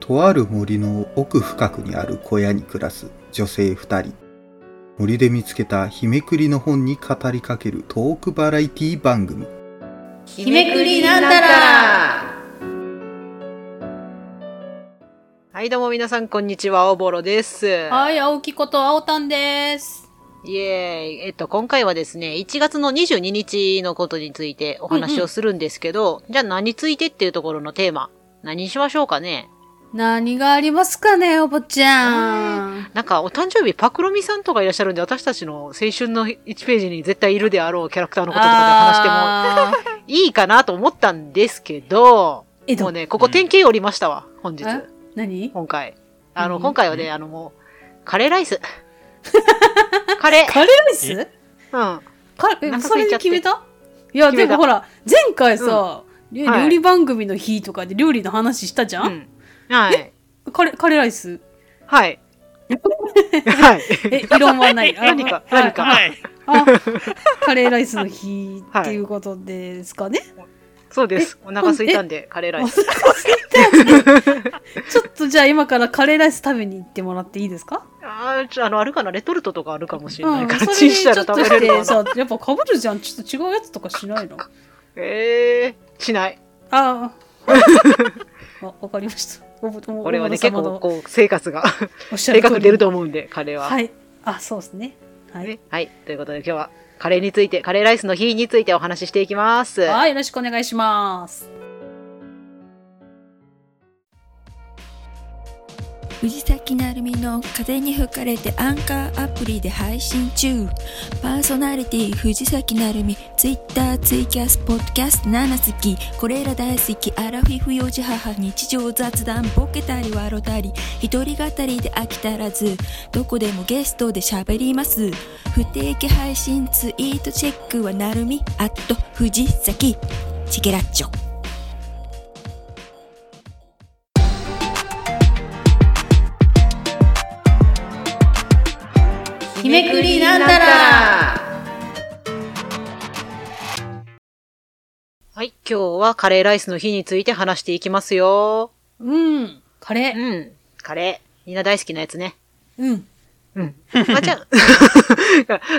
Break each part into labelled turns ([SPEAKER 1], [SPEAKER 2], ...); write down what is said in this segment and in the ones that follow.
[SPEAKER 1] とある森の奥深くにある小屋に暮らす女性2人森で見つけた日めくりの本に語りかけるトークバラエティ番組
[SPEAKER 2] 日めくりなんたら
[SPEAKER 3] はい、どうも皆さん、こんにちは、おぼろです。
[SPEAKER 2] はい、青木こと青たんです。
[SPEAKER 3] イエーイ。えっと、今回はですね、1月の22日のことについてお話をするんですけど、じゃあ何についてっていうところのテーマ、何にしましょうかね。
[SPEAKER 2] 何がありますかね、おぼちゃん。
[SPEAKER 3] なんか、お誕生日、パクロミさんとかいらっしゃるんで、私たちの青春の1ページに絶対いるであろうキャラクターのこととか
[SPEAKER 2] あー
[SPEAKER 3] で話してもいいかなと思ったんですけど、
[SPEAKER 2] えど
[SPEAKER 3] もうね、ここ典型おりましたわ、本日、
[SPEAKER 2] え何
[SPEAKER 3] 今回。あの、
[SPEAKER 2] 何
[SPEAKER 3] 今回はね、あのもう、カレーライ ス。カレー。
[SPEAKER 2] カレーライス
[SPEAKER 3] うん。
[SPEAKER 2] カレ
[SPEAKER 3] お腹空いちゃって
[SPEAKER 2] ー、それに決めたいや、
[SPEAKER 3] 決め
[SPEAKER 2] で
[SPEAKER 3] た
[SPEAKER 2] もほら、前回さ、り
[SPEAKER 3] はい
[SPEAKER 2] 料理番組の日とかで料理の話したじゃん、
[SPEAKER 3] うん、はい。
[SPEAKER 2] カレー、カレーライス。
[SPEAKER 3] はい。はい。
[SPEAKER 2] え、 異論はない。あ
[SPEAKER 3] 何か、何か。
[SPEAKER 2] はいあ、カレーライスの日っていうことですかね。
[SPEAKER 3] そうです。お腹空いたんで、カレーライス。
[SPEAKER 2] お腹空い たよねちょっとじゃあ今からカレーライス食べに行ってもらっていいですか
[SPEAKER 3] あーちょあの、あるかな、レトルトとかあるかもしれないか
[SPEAKER 2] そ
[SPEAKER 3] ら、
[SPEAKER 2] れ
[SPEAKER 3] チン
[SPEAKER 2] に
[SPEAKER 3] し
[SPEAKER 2] ちょ
[SPEAKER 3] た
[SPEAKER 2] っ
[SPEAKER 3] ら
[SPEAKER 2] と
[SPEAKER 3] 食べれる
[SPEAKER 2] し
[SPEAKER 3] か
[SPEAKER 2] て
[SPEAKER 3] な。
[SPEAKER 2] さ、やっぱかぶるじゃん。ちょっと違うやつとかしないの
[SPEAKER 3] えー、しない。
[SPEAKER 2] あ あ。あ、わかりました。おぼおぼ
[SPEAKER 3] 俺はね、
[SPEAKER 2] おぼ
[SPEAKER 3] 結構、
[SPEAKER 2] ろ様の
[SPEAKER 3] こう、生活 が、
[SPEAKER 2] おっし
[SPEAKER 3] 性
[SPEAKER 2] ゃる通り
[SPEAKER 3] 格出ると思うんで、カレーは。
[SPEAKER 2] はい。あ、そうですね。は
[SPEAKER 3] ね
[SPEAKER 2] い。
[SPEAKER 3] はい。ということで、今日は、カレーについて、カレーライスの日についてお話ししていきます。
[SPEAKER 2] はい、よろしくお願いします。
[SPEAKER 4] 藤崎なるみの「風に吹かれて」アンカーアプリで配信中パーソナリティ藤崎なるみ Twitter ツイキャスポッドキャスト7好きこれら大好きアラフィフ幼児母日常雑談ボケたり笑ったり一人語りで飽き足らずどこでもゲストで喋ります不定期配信ツイートチェックはなるみアット藤崎チケラッチョ
[SPEAKER 2] 日めくりなんたら
[SPEAKER 3] はい。今日は、カレーライスの日について話していきますよ。
[SPEAKER 2] うん。カレー。
[SPEAKER 3] うん。カレー。みんな大好きなやつね。
[SPEAKER 2] うん。
[SPEAKER 3] うん。まあ、 じゃあ、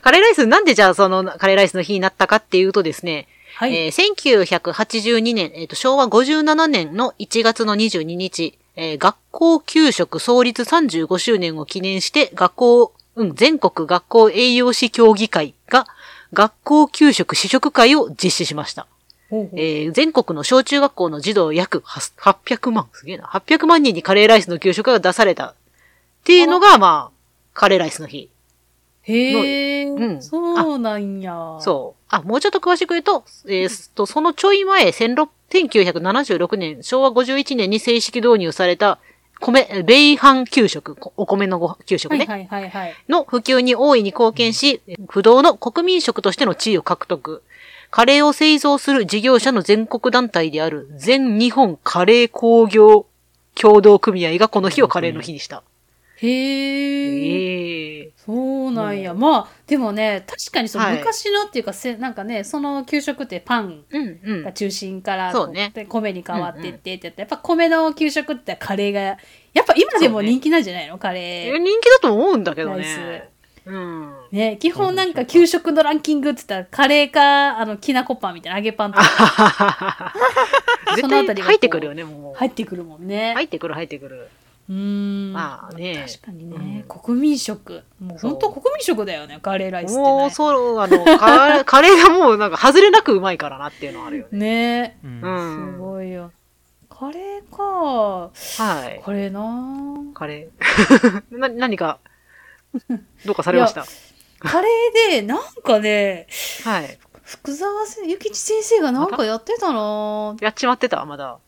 [SPEAKER 3] カレーライス、なんでじゃあそのカレーライスの日になったかっていうとですね、
[SPEAKER 2] はい。
[SPEAKER 3] えー1982年、えーと、昭和57年の1月の22日、えー学校給食創立35周年を記念して、学校、うん、全国学校栄養士協議会が、学校給食試食会を実施しました。
[SPEAKER 2] ほうほう
[SPEAKER 3] えー全国の小中学校の児童約800万、すげえな、800万人にカレーライスの給食が出された。っていうのが、まあ、カレーライスの日。
[SPEAKER 2] へえ、
[SPEAKER 3] うん
[SPEAKER 2] そうなんや。
[SPEAKER 3] そう。あ、もうちょっと詳しく言うと、えー、と、そのちょい前、16 1976年、昭和51年に正式導入された、米、えー米飯給食、こお米のご給食
[SPEAKER 2] は
[SPEAKER 3] ね、
[SPEAKER 2] いはいはいはい。
[SPEAKER 3] の普及に大いに貢献し、不動の国民食としての地位を獲得。カレーを製造する事業者の全国団体である、全日本カレー工業協同組合がこの日をカレーの日にした。
[SPEAKER 2] へえ。
[SPEAKER 3] ええ
[SPEAKER 2] そうなんや。まあ、でもね、確かにその
[SPEAKER 3] はい
[SPEAKER 2] 昔のっていうか、せなんかね、その給食ってパン
[SPEAKER 3] うんうん
[SPEAKER 2] が。中心から、
[SPEAKER 3] そうね
[SPEAKER 2] こう米に変わってってってやって、やっぱ米の給食ってカレーが、やっぱ今でも人気なんじゃないの、カ
[SPEAKER 3] え
[SPEAKER 2] レ
[SPEAKER 3] ー
[SPEAKER 2] ー。
[SPEAKER 3] 人気だと思うんだけど
[SPEAKER 2] ナイ
[SPEAKER 3] ね。うん。
[SPEAKER 2] ね、基本なんか給食のランキングって言ったら、カレーか、あの、きなこパンみたいな揚げパンとか
[SPEAKER 3] 絶
[SPEAKER 2] そのあ
[SPEAKER 3] 対
[SPEAKER 2] たりがこう
[SPEAKER 3] 入ってくるよね、もう。
[SPEAKER 2] 入ってくるもんね。
[SPEAKER 3] 入ってくる、入ってくる。
[SPEAKER 2] うーん。
[SPEAKER 3] まあね。
[SPEAKER 2] 確かにね、
[SPEAKER 3] う
[SPEAKER 2] 国民食。もう本当国民食だよね、カレーライスって、ね。
[SPEAKER 3] もう、そう、あ の、カカレーがもう、なんか、外れなくうまいからなっていうのはあるよ ね。
[SPEAKER 2] ね
[SPEAKER 1] う
[SPEAKER 3] うんん。
[SPEAKER 2] すごいよ。カレーか。
[SPEAKER 3] はい。
[SPEAKER 2] カレーなぁ
[SPEAKER 3] カレー。 な、何か、どうかされま した
[SPEAKER 2] カレーで、なんかね、
[SPEAKER 3] はい。
[SPEAKER 2] 福沢せ諭吉先生がなんかやってたなぁ
[SPEAKER 3] やっちまってたまだ。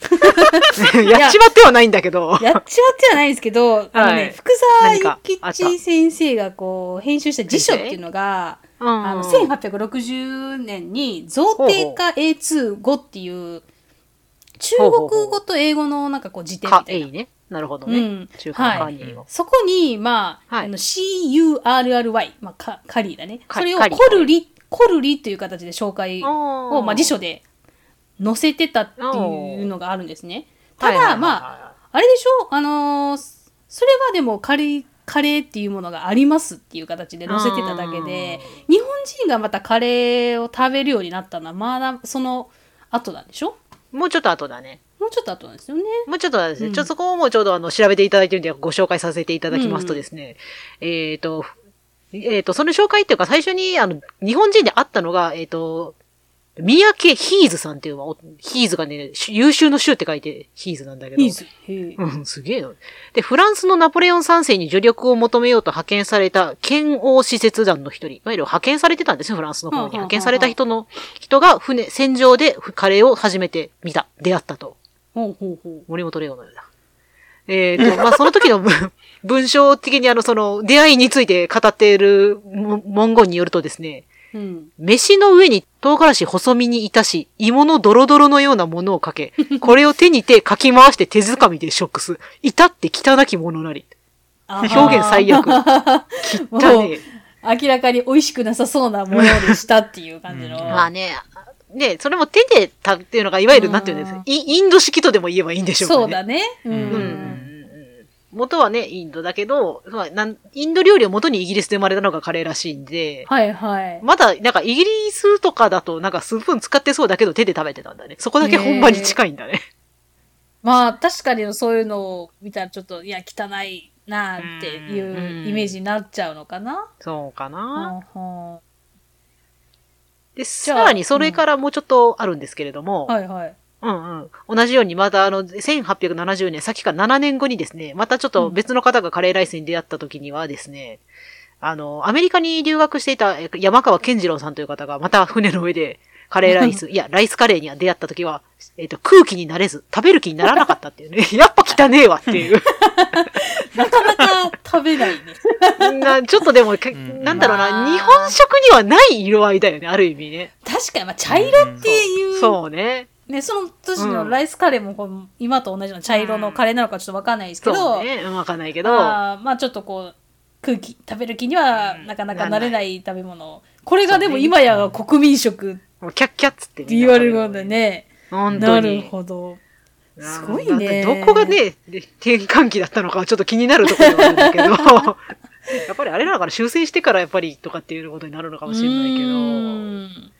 [SPEAKER 3] やっちまってはないんだけど。
[SPEAKER 2] やっちまってはないんですけど、あのね、福
[SPEAKER 3] 何
[SPEAKER 2] 沢
[SPEAKER 3] か
[SPEAKER 2] 諭吉先生がこう、編集した辞書っていうのが、
[SPEAKER 3] うん
[SPEAKER 2] あの、1860年に、贈呈化 A2 語っていう、中国語と英語のなんかこう辞典み
[SPEAKER 3] か、
[SPEAKER 2] た
[SPEAKER 3] え
[SPEAKER 2] いな。
[SPEAKER 3] いね。なるほど
[SPEAKER 2] う
[SPEAKER 3] ね。
[SPEAKER 2] ん。
[SPEAKER 3] 中華
[SPEAKER 2] は
[SPEAKER 3] 管
[SPEAKER 2] い。
[SPEAKER 3] 理の。
[SPEAKER 2] そこに、まあ、
[SPEAKER 3] はい
[SPEAKER 2] あの CURRY、まあ、かカリーだね。
[SPEAKER 3] か
[SPEAKER 2] それを
[SPEAKER 3] カリー
[SPEAKER 2] コルリ、コルリという形で紹介を、
[SPEAKER 3] を
[SPEAKER 2] まあ、辞書で載せてたっていうのがあるんですね。ただ、ま
[SPEAKER 3] あ、
[SPEAKER 2] あ、あれでしょあのーそれはでもカレー、カレーっていうものがありますっていう形で載せてただけで、日本人がまたカレーを食べるようになったのは、まだその後なんでしょ
[SPEAKER 3] もうちょっと後だね。
[SPEAKER 2] もうちょっと後なんですよね。
[SPEAKER 3] もうちょっとはですね、
[SPEAKER 2] うん
[SPEAKER 3] ちょっとそこをもうちょうどあの、調べていただいてるんで、ご紹介させていただきますとですね、えっ、と、えっ、と、その紹介っていうか、最初に、あの、日本人で会ったのが、えっ、と、三宅ヒーズさんっていうのはお、ヒーズがね、し優秀の州って書いて、ヒーズなんだけど。
[SPEAKER 2] いいです。へえ
[SPEAKER 3] うん、すげえな。で、フランスのナポレオン三世に助力を求めようと派遣された剣王使節団の一人、いわゆる派遣されてたんですよ、フランスの方に。
[SPEAKER 2] はあはあはあ
[SPEAKER 3] 派遣された人の、人が船、戦場でカレーを始めてみた、出会ったと。
[SPEAKER 2] ほうほうほ
[SPEAKER 3] 森本レオのような。えっ、と、まあ、その時の文 文章的にあの、その、出会いについて語っているも文言によるとですね、
[SPEAKER 2] う。うん。
[SPEAKER 3] 飯の上に唐辛子細身にいたし、芋のドロドロのようなものをかけ、これを手にてかき回して手づかみで食す。至って汚きものなり。表現最 悪。汚ねえ
[SPEAKER 2] 明らかに美味しくなさそうなものでしたっていう感じの。
[SPEAKER 1] うん
[SPEAKER 3] まあね、で、それも手でたっていうのが、いわゆる、
[SPEAKER 2] うん
[SPEAKER 3] なんていうんですか、イインド式とでも言えばいいんでしょうかね。
[SPEAKER 2] そうだね。う
[SPEAKER 1] うん
[SPEAKER 3] うんうんうん
[SPEAKER 2] ん。
[SPEAKER 3] うん。元はね、インドだけど、まあなん、インド料理を元にイギリスで生まれたのがカレーらしいんで、
[SPEAKER 2] はいはい。
[SPEAKER 3] まだ、なんか、イギリスとかだと、なんか、スプーン使ってそうだけど、手で食べてたんだね。そこだけ本場に近いんだね。
[SPEAKER 2] まあ確かにそういうのを見たらちょっと、いや、汚いなあっていうイメージになっちゃうのかな。
[SPEAKER 3] そうかな。
[SPEAKER 2] うんうん
[SPEAKER 3] で、
[SPEAKER 2] ゃ
[SPEAKER 3] さ
[SPEAKER 2] あ
[SPEAKER 3] らにそれからもうちょっとあるんですけれども、
[SPEAKER 2] はいはい。
[SPEAKER 3] うんうん。同じように、またあの、1870年、さっきから7年後にですね、またちょっと別の方がカレーライスに出会った時にはですね、あの、アメリカに留学していたえ山川健次郎さんという方が、また船の上で、カレーライス、 いや、ライスカレーに出会った時は、えっ、と、空気になれず、食べる気にならなかったっていうね。 やっぱ汚ねえわって いう。
[SPEAKER 2] なかなか食べないね。
[SPEAKER 3] なちょっとでも、け
[SPEAKER 1] うん
[SPEAKER 3] なんだろうな、
[SPEAKER 2] まあ
[SPEAKER 3] 日本食にはない色合いだよね、ある意味ね。
[SPEAKER 2] 確かに、まあ茶色っていう、
[SPEAKER 3] そうね。
[SPEAKER 2] ね、その年のライスカレーもこう今と同じの茶色のカレーなのかちょっとわかんないですけど、
[SPEAKER 3] そうね。うんわかんないけど。
[SPEAKER 2] まあ、まあちょっとこう空気食べる気にはなかなかなれない食べ物これがでも今や国民食っ
[SPEAKER 3] もうキャッキャッつって
[SPEAKER 2] て
[SPEAKER 3] みん
[SPEAKER 2] 言
[SPEAKER 3] な
[SPEAKER 2] わ
[SPEAKER 3] 食べ
[SPEAKER 2] れる
[SPEAKER 3] よ
[SPEAKER 2] も
[SPEAKER 3] ね
[SPEAKER 2] んでね
[SPEAKER 3] 本当
[SPEAKER 2] なる
[SPEAKER 3] に。
[SPEAKER 2] ほどすごい
[SPEAKER 3] だっ
[SPEAKER 2] ね
[SPEAKER 3] てどこがね、で転換期だったのかはちょっと気になるところなん だけど。やっぱりあれなのかな修正してからやっぱりとかっていうことになるのかもしれないけ
[SPEAKER 2] う
[SPEAKER 3] ど。
[SPEAKER 2] ーん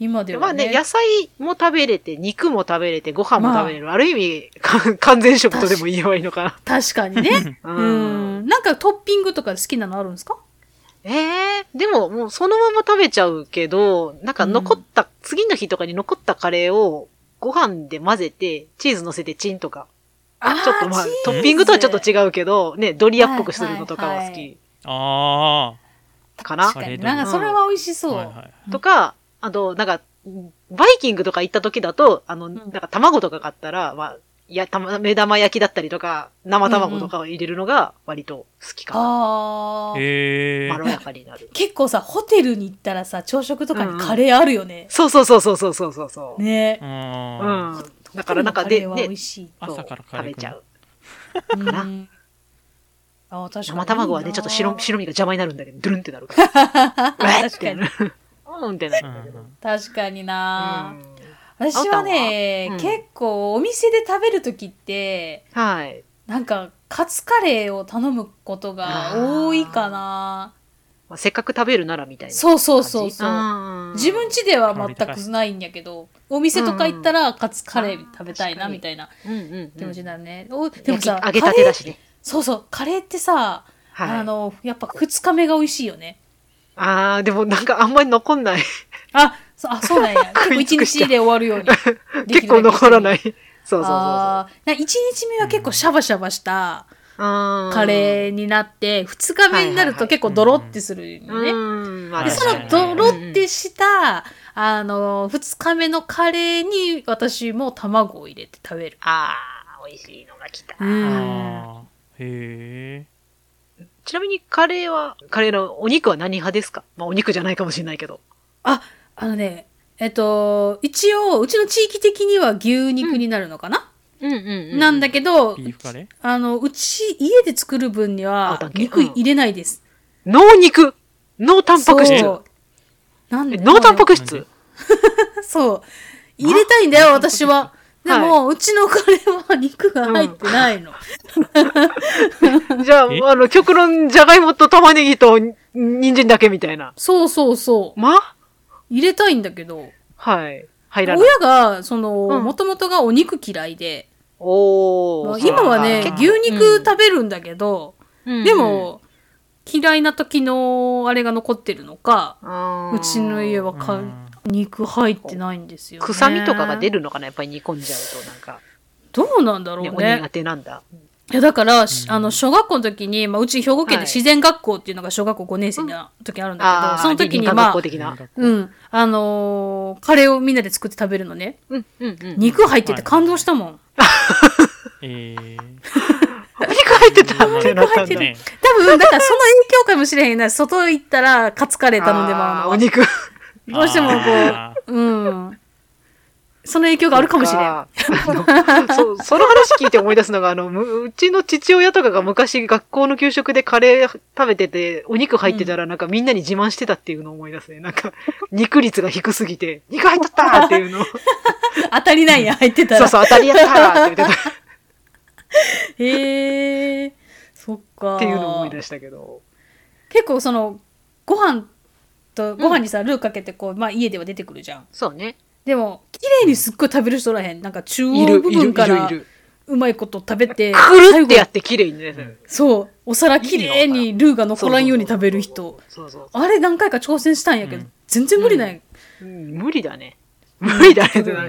[SPEAKER 2] 今で
[SPEAKER 3] まあ
[SPEAKER 2] はね,、
[SPEAKER 3] ね、野菜も食べれて、肉も食べれて、ご飯も食べれる。あ、る意味、か 完全食とでも言えばいいのか
[SPEAKER 2] 確かに ね
[SPEAKER 3] な。
[SPEAKER 2] う。んなんかトッピングとか好きなのあるんですか
[SPEAKER 3] ええでももうそのまま食べちゃうけど、なんか残った、次の日とかに残ったカレーをご飯で混ぜて、チーズ乗せてチンとか。
[SPEAKER 2] あ
[SPEAKER 3] ちょっとまあ
[SPEAKER 2] チーズ
[SPEAKER 3] トッピングとはちょっと違うけど、ね、ドリアっぽくするのとかは好
[SPEAKER 2] はいはい
[SPEAKER 3] き
[SPEAKER 5] あ
[SPEAKER 3] かな、
[SPEAKER 2] 確かになんかそれは美味し
[SPEAKER 5] あ。
[SPEAKER 2] そう、
[SPEAKER 5] はいはい。
[SPEAKER 3] とか、あと、なんか、バイキングとか行った時だと、あの、なんか卵とか買ったら、まあ、や、たま、目玉焼きだったりとか、生卵とかを入れるのが割と好きかな。
[SPEAKER 2] あー
[SPEAKER 5] ええ
[SPEAKER 3] まろやかになる。
[SPEAKER 2] 結構さホテルに行ったらさ朝食とかにカレーあるよね、
[SPEAKER 3] そうそうそうそうそうそうそうそう。
[SPEAKER 2] ね
[SPEAKER 3] う
[SPEAKER 5] うん。
[SPEAKER 3] ん。だからなんか
[SPEAKER 2] ホテ
[SPEAKER 3] で、
[SPEAKER 2] ルのカレーは美
[SPEAKER 3] ね
[SPEAKER 2] 味、しい
[SPEAKER 3] そう
[SPEAKER 5] 朝からカレー
[SPEAKER 3] 食べちゃう。
[SPEAKER 2] な。ああ、確かに
[SPEAKER 3] 生卵はね、ちょっと白、
[SPEAKER 2] いいな
[SPEAKER 3] 白身が邪魔になるんだけど、ドゥルンってなるから。
[SPEAKER 2] 確かに。
[SPEAKER 3] うんってなる
[SPEAKER 5] うん
[SPEAKER 3] だけど。
[SPEAKER 5] ん。
[SPEAKER 2] 確かにな、
[SPEAKER 3] うん
[SPEAKER 2] 私はね、
[SPEAKER 3] あんたはうん
[SPEAKER 2] 結構お店で食べるときって、
[SPEAKER 3] はい。
[SPEAKER 2] なんか、カツカレーを頼むことが多いかな。
[SPEAKER 3] まあ、せっかく食べるならみたいな。
[SPEAKER 2] そうそうそうそう。
[SPEAKER 3] あー
[SPEAKER 2] 自分家では全くないんやけど、お店とか行ったらカツカレー食べたいな、
[SPEAKER 3] うん
[SPEAKER 2] みたいな
[SPEAKER 3] うんうんうん
[SPEAKER 2] 気持ちになるね。おで
[SPEAKER 3] 焼
[SPEAKER 2] も
[SPEAKER 3] き
[SPEAKER 2] さ、
[SPEAKER 3] 揚げたてだし
[SPEAKER 2] カレー
[SPEAKER 3] ね。
[SPEAKER 2] そうそう、カレーってさ、
[SPEAKER 3] はい。
[SPEAKER 2] あ
[SPEAKER 3] あ
[SPEAKER 2] の、やっぱ2日目が美味しいよね。
[SPEAKER 3] あー、でもなんかあんまり残んない。
[SPEAKER 2] あ、そあそうな んや。結構一日で終わるように。。
[SPEAKER 3] 結構残らないい。そうそうそうそう。
[SPEAKER 2] あーな一日目は結構シャバシャバしたカ
[SPEAKER 3] ー
[SPEAKER 2] レーになって、二日目になると結構ドロってするよね。
[SPEAKER 3] うん。まあ
[SPEAKER 5] は
[SPEAKER 2] で、
[SPEAKER 5] い
[SPEAKER 2] そのドロってした、あの、二日目のカレーに私も卵を入れて食べる。
[SPEAKER 3] ああ、美味しいのが来た。
[SPEAKER 2] うん。
[SPEAKER 5] ああ。へえ。
[SPEAKER 3] ちなみにカレーは、カレーのお肉は何派ですかまあお肉じゃないかもしれないけど。
[SPEAKER 2] あのね、えっと、一応、うちの地域的には牛肉になるのかな、
[SPEAKER 3] うんうん
[SPEAKER 2] なんだけど、
[SPEAKER 5] ビーフカレー
[SPEAKER 2] あの、うち、家で作る分に
[SPEAKER 3] あ
[SPEAKER 2] は
[SPEAKER 3] だ、け
[SPEAKER 2] 肉
[SPEAKER 3] うん
[SPEAKER 2] 入れないです。
[SPEAKER 3] 脳肉脳タンパク質
[SPEAKER 2] そうなん
[SPEAKER 3] え
[SPEAKER 2] で
[SPEAKER 3] 脳タンパク
[SPEAKER 5] なん
[SPEAKER 3] 質
[SPEAKER 5] で
[SPEAKER 2] そう。入れたいんだよ、私は。でも、うちのカレーは肉が入ってないの。
[SPEAKER 3] じゃあ、
[SPEAKER 5] え
[SPEAKER 3] あの、極論、じゃがいもと玉ねぎと、に人参だけみたいな。
[SPEAKER 2] そうそうそう。
[SPEAKER 3] ま
[SPEAKER 2] 入れたいんだけど、
[SPEAKER 3] はい。入らない。
[SPEAKER 2] 親が、その、
[SPEAKER 3] うん
[SPEAKER 2] もともとがお肉嫌いで、
[SPEAKER 3] おー。
[SPEAKER 2] 今はね
[SPEAKER 3] そう、か
[SPEAKER 2] 牛肉、食べるんだけど、
[SPEAKER 3] うん
[SPEAKER 2] で、も、嫌いな時のあれが残ってるのか、う
[SPEAKER 3] う
[SPEAKER 2] ちの家はか、
[SPEAKER 5] うん
[SPEAKER 2] 肉入ってないんですよ、ね。
[SPEAKER 3] 臭みとかが出
[SPEAKER 2] る。
[SPEAKER 3] るのかなやっぱり煮込んじゃうと、なんか。
[SPEAKER 2] どうなんだろう
[SPEAKER 3] ね、
[SPEAKER 2] ね。
[SPEAKER 3] お苦手なんだ。
[SPEAKER 2] いやだから、しあの小学校の時に、まあ、うち兵庫県
[SPEAKER 3] は
[SPEAKER 2] で
[SPEAKER 3] い
[SPEAKER 2] 自然学校っていうのが小学校5年生の時あるんだけど、
[SPEAKER 3] ー
[SPEAKER 2] その時に
[SPEAKER 3] 理科
[SPEAKER 2] ま
[SPEAKER 3] 学
[SPEAKER 2] あ
[SPEAKER 3] 校、的な。
[SPEAKER 2] うんあのーカレーをみんなで作って食べるのね
[SPEAKER 3] うん、うん、うん。
[SPEAKER 2] 肉入ってて感動したもん、
[SPEAKER 5] え え。
[SPEAKER 3] 肉入ってたってなったん
[SPEAKER 2] 肉入って
[SPEAKER 3] だ
[SPEAKER 2] る。多分だからその影響かもしれへんな外行ったらカツカレー頼んでもらう
[SPEAKER 3] あー
[SPEAKER 2] の
[SPEAKER 3] お
[SPEAKER 2] は
[SPEAKER 3] 肉。
[SPEAKER 2] どうしてもこう
[SPEAKER 5] あー
[SPEAKER 2] うんその影響があるかもしれん
[SPEAKER 3] ん。そう、その話聞いて思い出すのが、あの、むうちの父親とかが昔学校の給食でカレー食べてて、お肉入ってたらなんかみんなに自慢してたっていうのを思い出すね。なんか、肉率が低すぎて、肉入っとったーっていうのを。
[SPEAKER 2] 当たりないや入って た
[SPEAKER 3] そ
[SPEAKER 2] ら
[SPEAKER 3] うそう、当たりやったーって言ってたっ
[SPEAKER 2] へえそっか
[SPEAKER 3] ていうのを思い出したけど。
[SPEAKER 2] 結構そのご飯とご飯にさ、ルーかけてこう、まあ、家では出てくるじゃん
[SPEAKER 3] そうね。
[SPEAKER 2] でも綺麗にすっごい食べる人おらへんなんか中
[SPEAKER 3] い
[SPEAKER 2] 央
[SPEAKER 3] る、
[SPEAKER 2] 部
[SPEAKER 3] いる、
[SPEAKER 2] 分
[SPEAKER 3] い
[SPEAKER 2] か
[SPEAKER 3] る、い
[SPEAKER 2] ら
[SPEAKER 3] る。
[SPEAKER 2] うまいこと食べて
[SPEAKER 3] くるってやっ
[SPEAKER 2] 最後
[SPEAKER 3] て綺麗にね。
[SPEAKER 2] そうお皿綺麗にルーが残らんように食べる人
[SPEAKER 3] そうそう。
[SPEAKER 2] あれ何回か挑戦したんやけど、
[SPEAKER 5] うん
[SPEAKER 2] 全然無理ない、
[SPEAKER 3] うん無理だね。無理だね。
[SPEAKER 2] う
[SPEAKER 3] で
[SPEAKER 2] ん
[SPEAKER 3] も、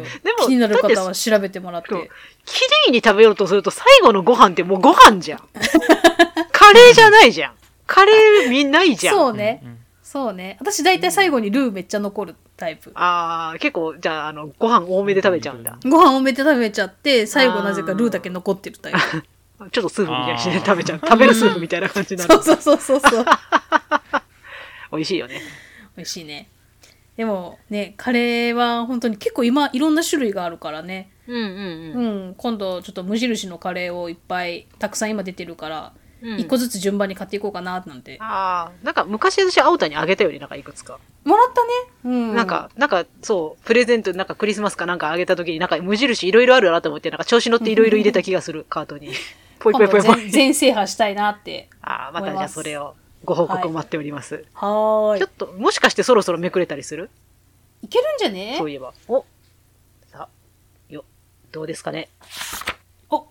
[SPEAKER 2] 気になる
[SPEAKER 3] だって
[SPEAKER 2] 方は調べてもらって
[SPEAKER 3] そう綺麗に食べようとすると最後のご飯ってもうご飯 じゃん。カレーじゃないじゃん。カレーみんないじゃん。
[SPEAKER 2] そうね、
[SPEAKER 5] うん
[SPEAKER 2] そうね私大体最後にルーめっちゃ残るタイプ
[SPEAKER 3] ああ、結構、じゃあ、あの、ご飯多めで食べちゃうんだ。
[SPEAKER 2] ご飯をめて食べちゃって最後なぜかルーだけ残ってるタイプ
[SPEAKER 3] ちょっとスープみたいにして食べちゃう。食べるスープみたいな感じにな
[SPEAKER 2] そう
[SPEAKER 3] る。
[SPEAKER 2] そうそうそ うそう
[SPEAKER 3] 美味しいよね。
[SPEAKER 2] 美味しいねでもねカレーは本当に結構今いろんな種類があるからね
[SPEAKER 3] うんう
[SPEAKER 2] うんん今度ちょっと無印のカレーをいっぱいたくさん今出てるから
[SPEAKER 3] うん
[SPEAKER 2] 一個ずつ順番に買っていこうかななんて
[SPEAKER 3] ああ、なんか昔私、青田にあげたよね、なんかいくつか。
[SPEAKER 2] もらったねうん
[SPEAKER 3] なんか、なんか、そう、プレゼント、なんかクリスマスかなんかあげた時に、なんか無印いろいろあるなと思って、なんか調子乗っていろいろ入れた気がする、カート に。ぽい
[SPEAKER 2] 今
[SPEAKER 3] ぽいぽ
[SPEAKER 2] 度
[SPEAKER 3] いぽ
[SPEAKER 2] 全
[SPEAKER 3] い。
[SPEAKER 2] 全制覇したいなって
[SPEAKER 3] ああ、またじ
[SPEAKER 2] 思い
[SPEAKER 3] ゃ
[SPEAKER 2] ま
[SPEAKER 3] あ
[SPEAKER 2] す
[SPEAKER 3] それをご報告を待っております。
[SPEAKER 2] は
[SPEAKER 3] ち
[SPEAKER 2] ー
[SPEAKER 3] ょっと、もしかしてそろそろめくれたりする
[SPEAKER 2] いいけるんじゃね
[SPEAKER 3] そういえば。おさあ、よ、どうですかね。
[SPEAKER 2] お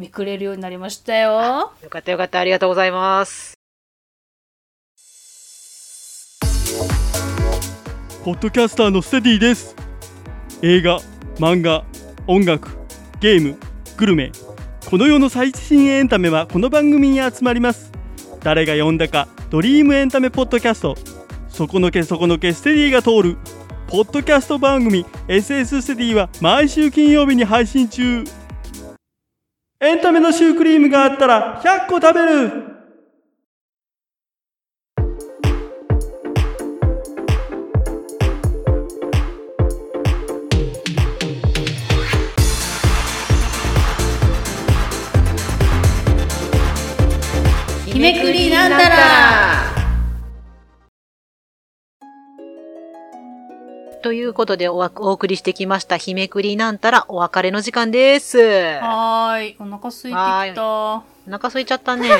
[SPEAKER 2] めくれるようになりましたよ
[SPEAKER 3] よかったよかった、ありがとうございます。
[SPEAKER 5] ポッドキャスターのステディです映画漫画音楽ゲームグルメこの世の最新エンタメはこの番組に集まります誰が呼んだかドリームエンタメポッドキャストそこのけそこのけステディが通るポッドキャスト番組 SS ステディは毎週金曜日に配信中エンタメのシュークリームがあったら100個食べる
[SPEAKER 2] 日めくりなんたら
[SPEAKER 3] ということでおわお送りしてきました、日めくりなんたらお別れの時間です。お
[SPEAKER 2] はーいお腹空いてきた
[SPEAKER 3] 腹空いちゃったね。 し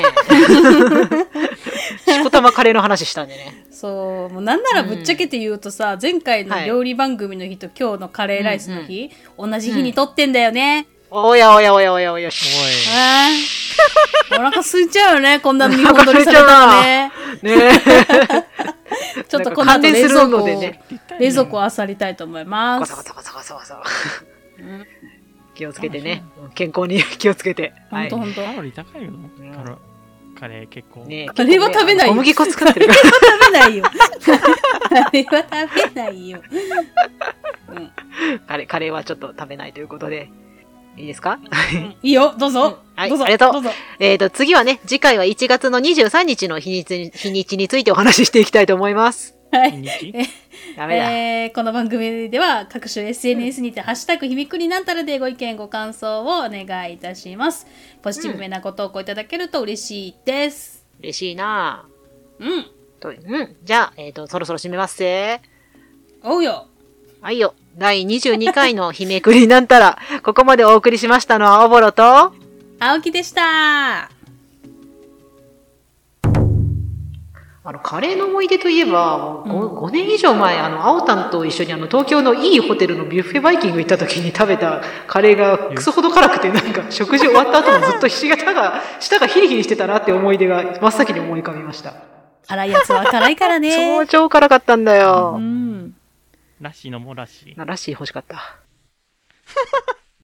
[SPEAKER 3] こたまカレーの話したんでね。
[SPEAKER 2] そうもうなんならぶっちゃけて言うとさ、前回の料理番組の日と今日のカレーライスの日、同じ日に撮ってんだよね、
[SPEAKER 3] おやおやおやおやおや。
[SPEAKER 5] お
[SPEAKER 2] あーお腹空いちゃうよねこんな見本撮りされたら ね
[SPEAKER 3] ねえ。
[SPEAKER 2] ちょっとこの
[SPEAKER 3] なんか関連
[SPEAKER 2] 後冷
[SPEAKER 3] す
[SPEAKER 2] 蔵
[SPEAKER 3] る
[SPEAKER 2] 庫
[SPEAKER 3] の
[SPEAKER 2] を、
[SPEAKER 3] でね。
[SPEAKER 2] 冷蔵庫を漁りたいと思いま
[SPEAKER 3] ガ
[SPEAKER 2] す
[SPEAKER 3] サガサガサガサガサ。 気をつけてね。健康に 気をつけて。は
[SPEAKER 2] 本
[SPEAKER 3] い
[SPEAKER 2] 当。本当
[SPEAKER 5] カロリー高いよカロカレー結構
[SPEAKER 3] ねえ
[SPEAKER 2] カレーは食べないよ
[SPEAKER 3] 小麦粉使ってるから。
[SPEAKER 2] 食べ ないよあれは食べないよ
[SPEAKER 3] カレー、カレーはちょっと食べないということで。いいですか
[SPEAKER 2] いいよどうぞ、
[SPEAKER 3] はい
[SPEAKER 2] どうぞ
[SPEAKER 3] ありがとう
[SPEAKER 2] どうぞ
[SPEAKER 3] えーと、次はね、次回は1月の23日の日にち日にちについてお話ししていきたいと思います。
[SPEAKER 2] はい
[SPEAKER 5] 日
[SPEAKER 3] ダメだ。
[SPEAKER 2] えーこの番組では各種 SNS にて「ハッシュタグひみくりなんたら」でご意見ご感想をお願いいたしますポジティブめなご投稿いただけると嬉しいです
[SPEAKER 3] 嬉しいなぁ
[SPEAKER 2] うん
[SPEAKER 3] と、うん。じゃあ、えーと、そろそろ締めますぜ。
[SPEAKER 2] おうよ
[SPEAKER 3] はいよ。第22回の日めくりなんたら、ここまでお送りしましたのはおぼろと、
[SPEAKER 2] 青木でした
[SPEAKER 3] あの、カレーの思い出といえば、5, 年以上前、あの、青たんと一緒にあの、東京のいいホテルのビュッフェバイキング行った時に食べたカレーがクソほど辛くて、なんか、食事終わった後もずっとひが が、舌がヒリヒリしてたなって思い出が真っ先に思い浮かびました。
[SPEAKER 2] 辛いやつは辛いから
[SPEAKER 3] 超
[SPEAKER 2] ね
[SPEAKER 3] 超辛かったんだ
[SPEAKER 2] う
[SPEAKER 3] よ。
[SPEAKER 2] ん
[SPEAKER 5] らしいのもらしい。
[SPEAKER 3] らしい欲しかった。